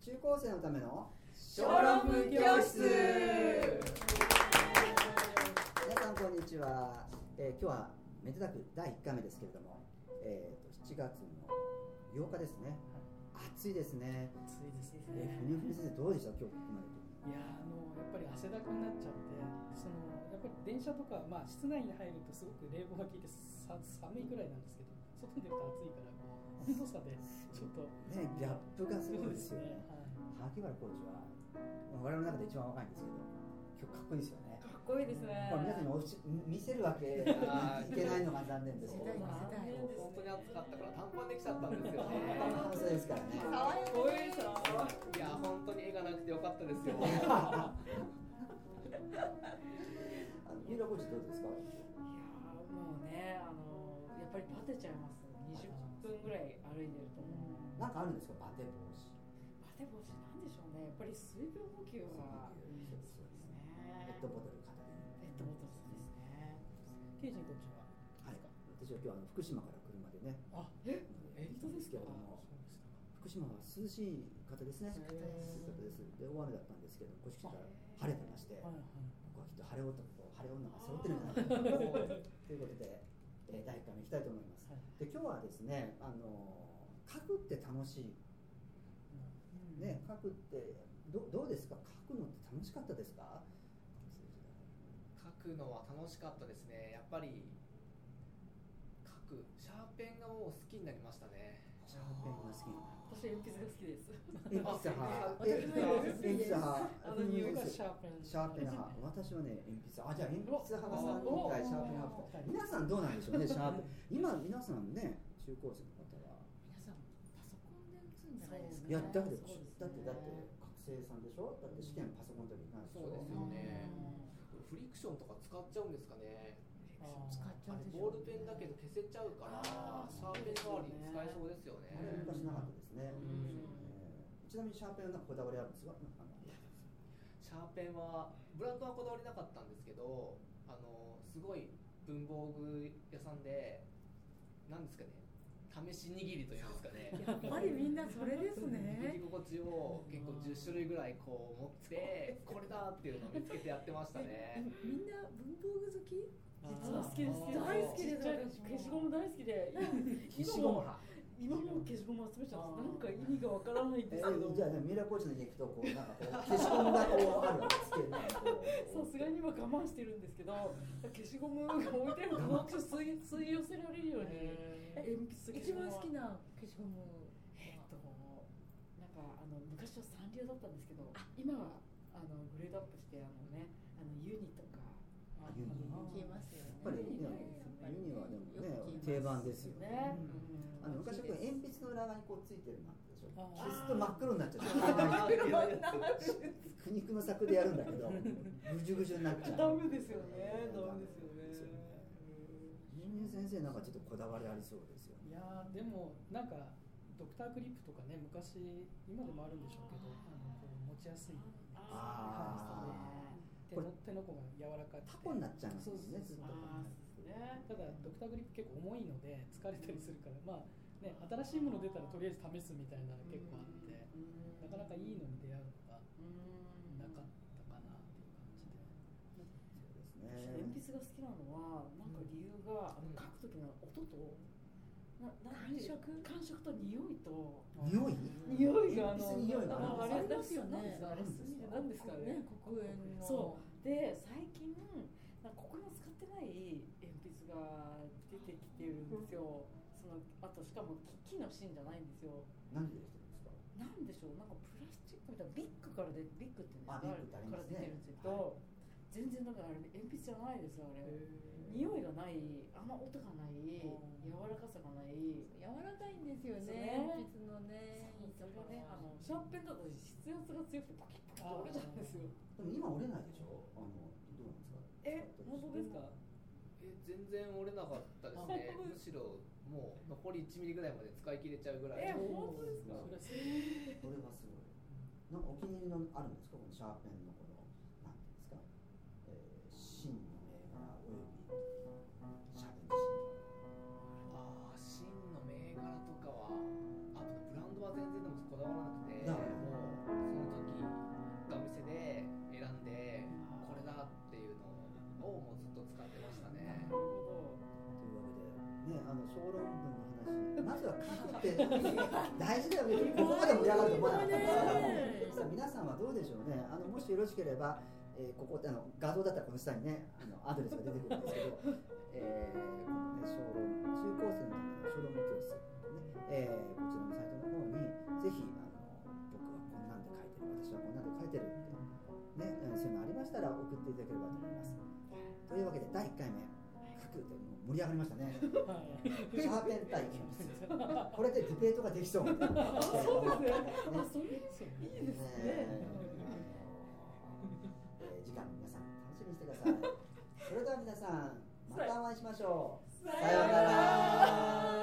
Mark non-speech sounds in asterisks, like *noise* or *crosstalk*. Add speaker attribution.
Speaker 1: 中高生のための
Speaker 2: 小論文教室
Speaker 1: 皆さんこんにちは、えー、今日はめでたく第1回目ですけれども、えー、と7月の8日ですね暑いですね、
Speaker 2: 暑いです
Speaker 1: え
Speaker 2: ね
Speaker 1: ー、ふにゅふにゅ先生どうでした今日ここまで
Speaker 2: いやあのやっぱり汗だくになっちゃってそのやっぱり電車とか、まあ、室内に入るとすごく冷房が効いてさ寒いくらいなんですけど外に出ると暑いからこう温度差でちょっと
Speaker 1: ねギャップがすごいです
Speaker 2: そ
Speaker 1: よ
Speaker 2: う
Speaker 1: ね
Speaker 2: は
Speaker 1: 萩原コーチは我々の中で一番若いんですけど今日かっこいいですよね
Speaker 3: かっこいいですね。
Speaker 1: これ皆さんにおし見せるわけにいけないのが残念ですけど
Speaker 3: そう
Speaker 1: あ
Speaker 3: 残念ですね
Speaker 4: 本当に暑かったから短パンできちゃったんですよね。
Speaker 1: ーそうですからね
Speaker 3: かっこいいさ。
Speaker 4: いや本当に絵がなくてよかったですよ。
Speaker 1: あの三浦コーチどうですか
Speaker 3: いやーもうねあのやっぱりバテちゃいます。二十分ぐらい歩いてるともう。
Speaker 1: なんかあるんですかバテ防止
Speaker 3: バテ防止なんでしょうね。やっぱり水分補給がそうです
Speaker 1: ペ
Speaker 3: ね
Speaker 1: ッ。トボトル片手に
Speaker 3: ペットボトルそうですね。
Speaker 2: いケイジンコーチは
Speaker 1: はい私は今日あの福島から車でね
Speaker 2: あえ
Speaker 1: 本当ですけれど
Speaker 2: あ
Speaker 1: も
Speaker 2: そうですか
Speaker 1: 福島は涼しい方ですね涼しい方ですで大雨だったんですけどこっち来たら晴れてまして
Speaker 2: はいはい
Speaker 1: 僕はきっと晴れ男晴れ女が揃ってるんじゃないかな *laughs* ということで、えー第1回目いきたいと思います、
Speaker 2: はい
Speaker 1: で今日はですねあのー書くって楽しいね書くってどどうですか書くのって楽しかったですか
Speaker 4: 書くのは楽しかったですね。やっぱり書くシャーペンがもう好きになりましたね。
Speaker 1: シャーペンが好き
Speaker 3: 私は鉛筆が好きです。
Speaker 1: 鉛筆派
Speaker 4: あ
Speaker 1: え
Speaker 4: 私も
Speaker 1: 鉛筆派
Speaker 3: あの匂い
Speaker 2: がシャーペン
Speaker 1: シャーペン派私はね鉛筆あじゃあ鉛筆派が3人対
Speaker 3: お
Speaker 1: シャーペン派2人皆さんどうなんでしょうねシャーペン今皆さんね中高生の方は
Speaker 3: 皆さんパソコンで打つんじゃないですか。
Speaker 1: いやだけど、
Speaker 3: そうですね
Speaker 1: だってだって学生さんでしょだって試験パソコンでできないでしょ
Speaker 4: そうで
Speaker 3: う
Speaker 4: す
Speaker 3: ん
Speaker 4: よねフリクションとか使っちゃうんですかね。
Speaker 3: 使っちゃ
Speaker 4: あ
Speaker 3: う
Speaker 4: れ
Speaker 3: でしょ
Speaker 4: ボールペンだけど消せちゃうから
Speaker 3: あー
Speaker 4: シャーペン代わりに使えそうです
Speaker 1: あ
Speaker 4: よ
Speaker 1: れ
Speaker 4: ね。
Speaker 1: 昔なかったですね、
Speaker 4: ん
Speaker 1: えーちなみにシャーペンはなんかこだわりあるんですかあの
Speaker 4: シャーペンはブランドはこだわりなかったんですけどあのすごい文房具屋さんでなんですかね試し握りというんですかね
Speaker 5: やっぱりみんなそれです
Speaker 4: 握り
Speaker 5: ね。
Speaker 4: 心地を結構10種類ぐらいこう持ってこれだっていうのを見つけてやってましたね
Speaker 5: みんな文房具好き？
Speaker 3: 実は好きです
Speaker 4: あ
Speaker 3: けど
Speaker 4: ー
Speaker 5: 大好きで
Speaker 3: 消し
Speaker 5: す私も
Speaker 3: ゴム大好きで今
Speaker 4: ゴム
Speaker 3: も
Speaker 4: 派
Speaker 3: 今も消しゴム集めちゃうんですなんか意味がわからないん
Speaker 1: え
Speaker 3: ですけ
Speaker 1: じゃあ
Speaker 3: ど
Speaker 1: ねミラコーチの家行くとこうなんかこう消しゴムがこうあるわけつけなんかこう
Speaker 3: *laughs* さすがに今我慢してるんですけど消しゴムが置いてあるともうちょっと吸い吸い寄せられるように鉛筆
Speaker 5: 一番好き
Speaker 3: な
Speaker 5: な消しゴムは。
Speaker 3: えっとなんかあの昔は三流だったんですけど今はあのグレードアップしてあのねあのユニとか
Speaker 1: あユニ
Speaker 3: あ
Speaker 5: 聞きますよね。
Speaker 1: やっぱりねユニはでもね定番ですよ
Speaker 3: ね
Speaker 1: あの昔はこう鉛筆の裏側にこうついてるのあったでしょ
Speaker 2: あー
Speaker 1: 消すと真っ黒になっちゃ
Speaker 4: あ
Speaker 1: う
Speaker 4: ー嫌いだ
Speaker 1: 苦肉の策でやるんだけどぐじゅぐじゅになっちゃう
Speaker 3: ダメですよねダメですよね
Speaker 1: ジュニア先生なんかちょっとこだわりありそうですよね
Speaker 2: いやーでもなんかドクタークリップとかね昔今でもあるんでしょうけどあのこう持ちやすい
Speaker 1: あ
Speaker 2: 手の手の甲が柔らかくて
Speaker 1: タコになっちゃいますもん
Speaker 2: そう
Speaker 1: ね
Speaker 2: そ
Speaker 1: ず
Speaker 2: う
Speaker 1: っと
Speaker 2: そう
Speaker 3: あーね
Speaker 2: ただドクターグリップ結構重いので疲れたりするからまあね新しいもの出たらとりあえず試すみたいなの結構あってなかなかいいのに出会うのがなかったかなっていう感じで
Speaker 1: そうですね
Speaker 3: 鉛筆が好きなのはなんか理由が、
Speaker 4: う
Speaker 3: あ
Speaker 4: ん
Speaker 3: の書く時の音とななん
Speaker 5: 感触
Speaker 3: 感触と匂いと
Speaker 1: 匂い
Speaker 3: 匂いがあの
Speaker 1: 鉛筆に匂いがある
Speaker 3: の
Speaker 5: ありますよね
Speaker 3: なんですかなんですかね
Speaker 5: ね黒鉛の。
Speaker 3: そうで最近なんか黒の使ってない鉛筆が出てきてるんですよそのあとしかも木木の芯じゃないんですよ
Speaker 1: 何でできてるんですか
Speaker 3: なんでしょうなんかプラスチックみたいなビッグからでビッグっていうんですか
Speaker 1: あビッグってありますね
Speaker 3: から出てるんですけど、全然だからあれ鉛筆じゃないですあれ匂いがないあんま音がない柔らかさがない
Speaker 5: 柔らかいんですよ
Speaker 3: そうね。
Speaker 5: ね鉛筆のね。いい
Speaker 3: そ
Speaker 5: と
Speaker 3: れ
Speaker 5: こ
Speaker 3: がねあ
Speaker 5: ろ。
Speaker 3: のシャーペンだと筆圧が強くてパキッパキッと折れちゃうんですよ
Speaker 1: でも今折れないでしょあのどうなんですか
Speaker 3: え本当ですか
Speaker 4: え全然折れなかったですねむしろもう残り1ミリぐらいまで使い切れちゃうぐらい
Speaker 3: え本当ですか
Speaker 2: それはす
Speaker 1: これはすごいなんかお気に入りのあるんですかこのシャーペンのこのなんていうんですか、えー、芯の銘柄およびシャーペン
Speaker 4: ああ芯の銘柄とかはあとブランドは全然でもこだわらなくて
Speaker 1: だから
Speaker 4: もう
Speaker 1: って *laughs* 大事だよねここまで盛り上がると思わなかった
Speaker 5: ね
Speaker 1: さあ皆さんはどうでしょうねあのもしよろしければ、えーここあの画像だったらこの下にねあのアドレスが出てくるんですけど、 *laughs* えーこのね小論中高生のための小論教室ね、えーこちらのサイトの方にぜひあの僕はこんなんで書いてる私はこんなんで書いてるってね、うんそういうのありましたら送っていただければと思います。というわけで第1回目書くでもう盛り上がりましたね。
Speaker 2: はい *laughs*
Speaker 1: シャーペン対決 *laughs* これでディベートができ *laughs* そうみたいな。そうですね。
Speaker 2: *laughs*
Speaker 3: あそれいい
Speaker 2: そう
Speaker 3: ですね。
Speaker 1: えー時間皆さん楽しみにしてください。それでは皆さんまたお会いしましょう。さようなら。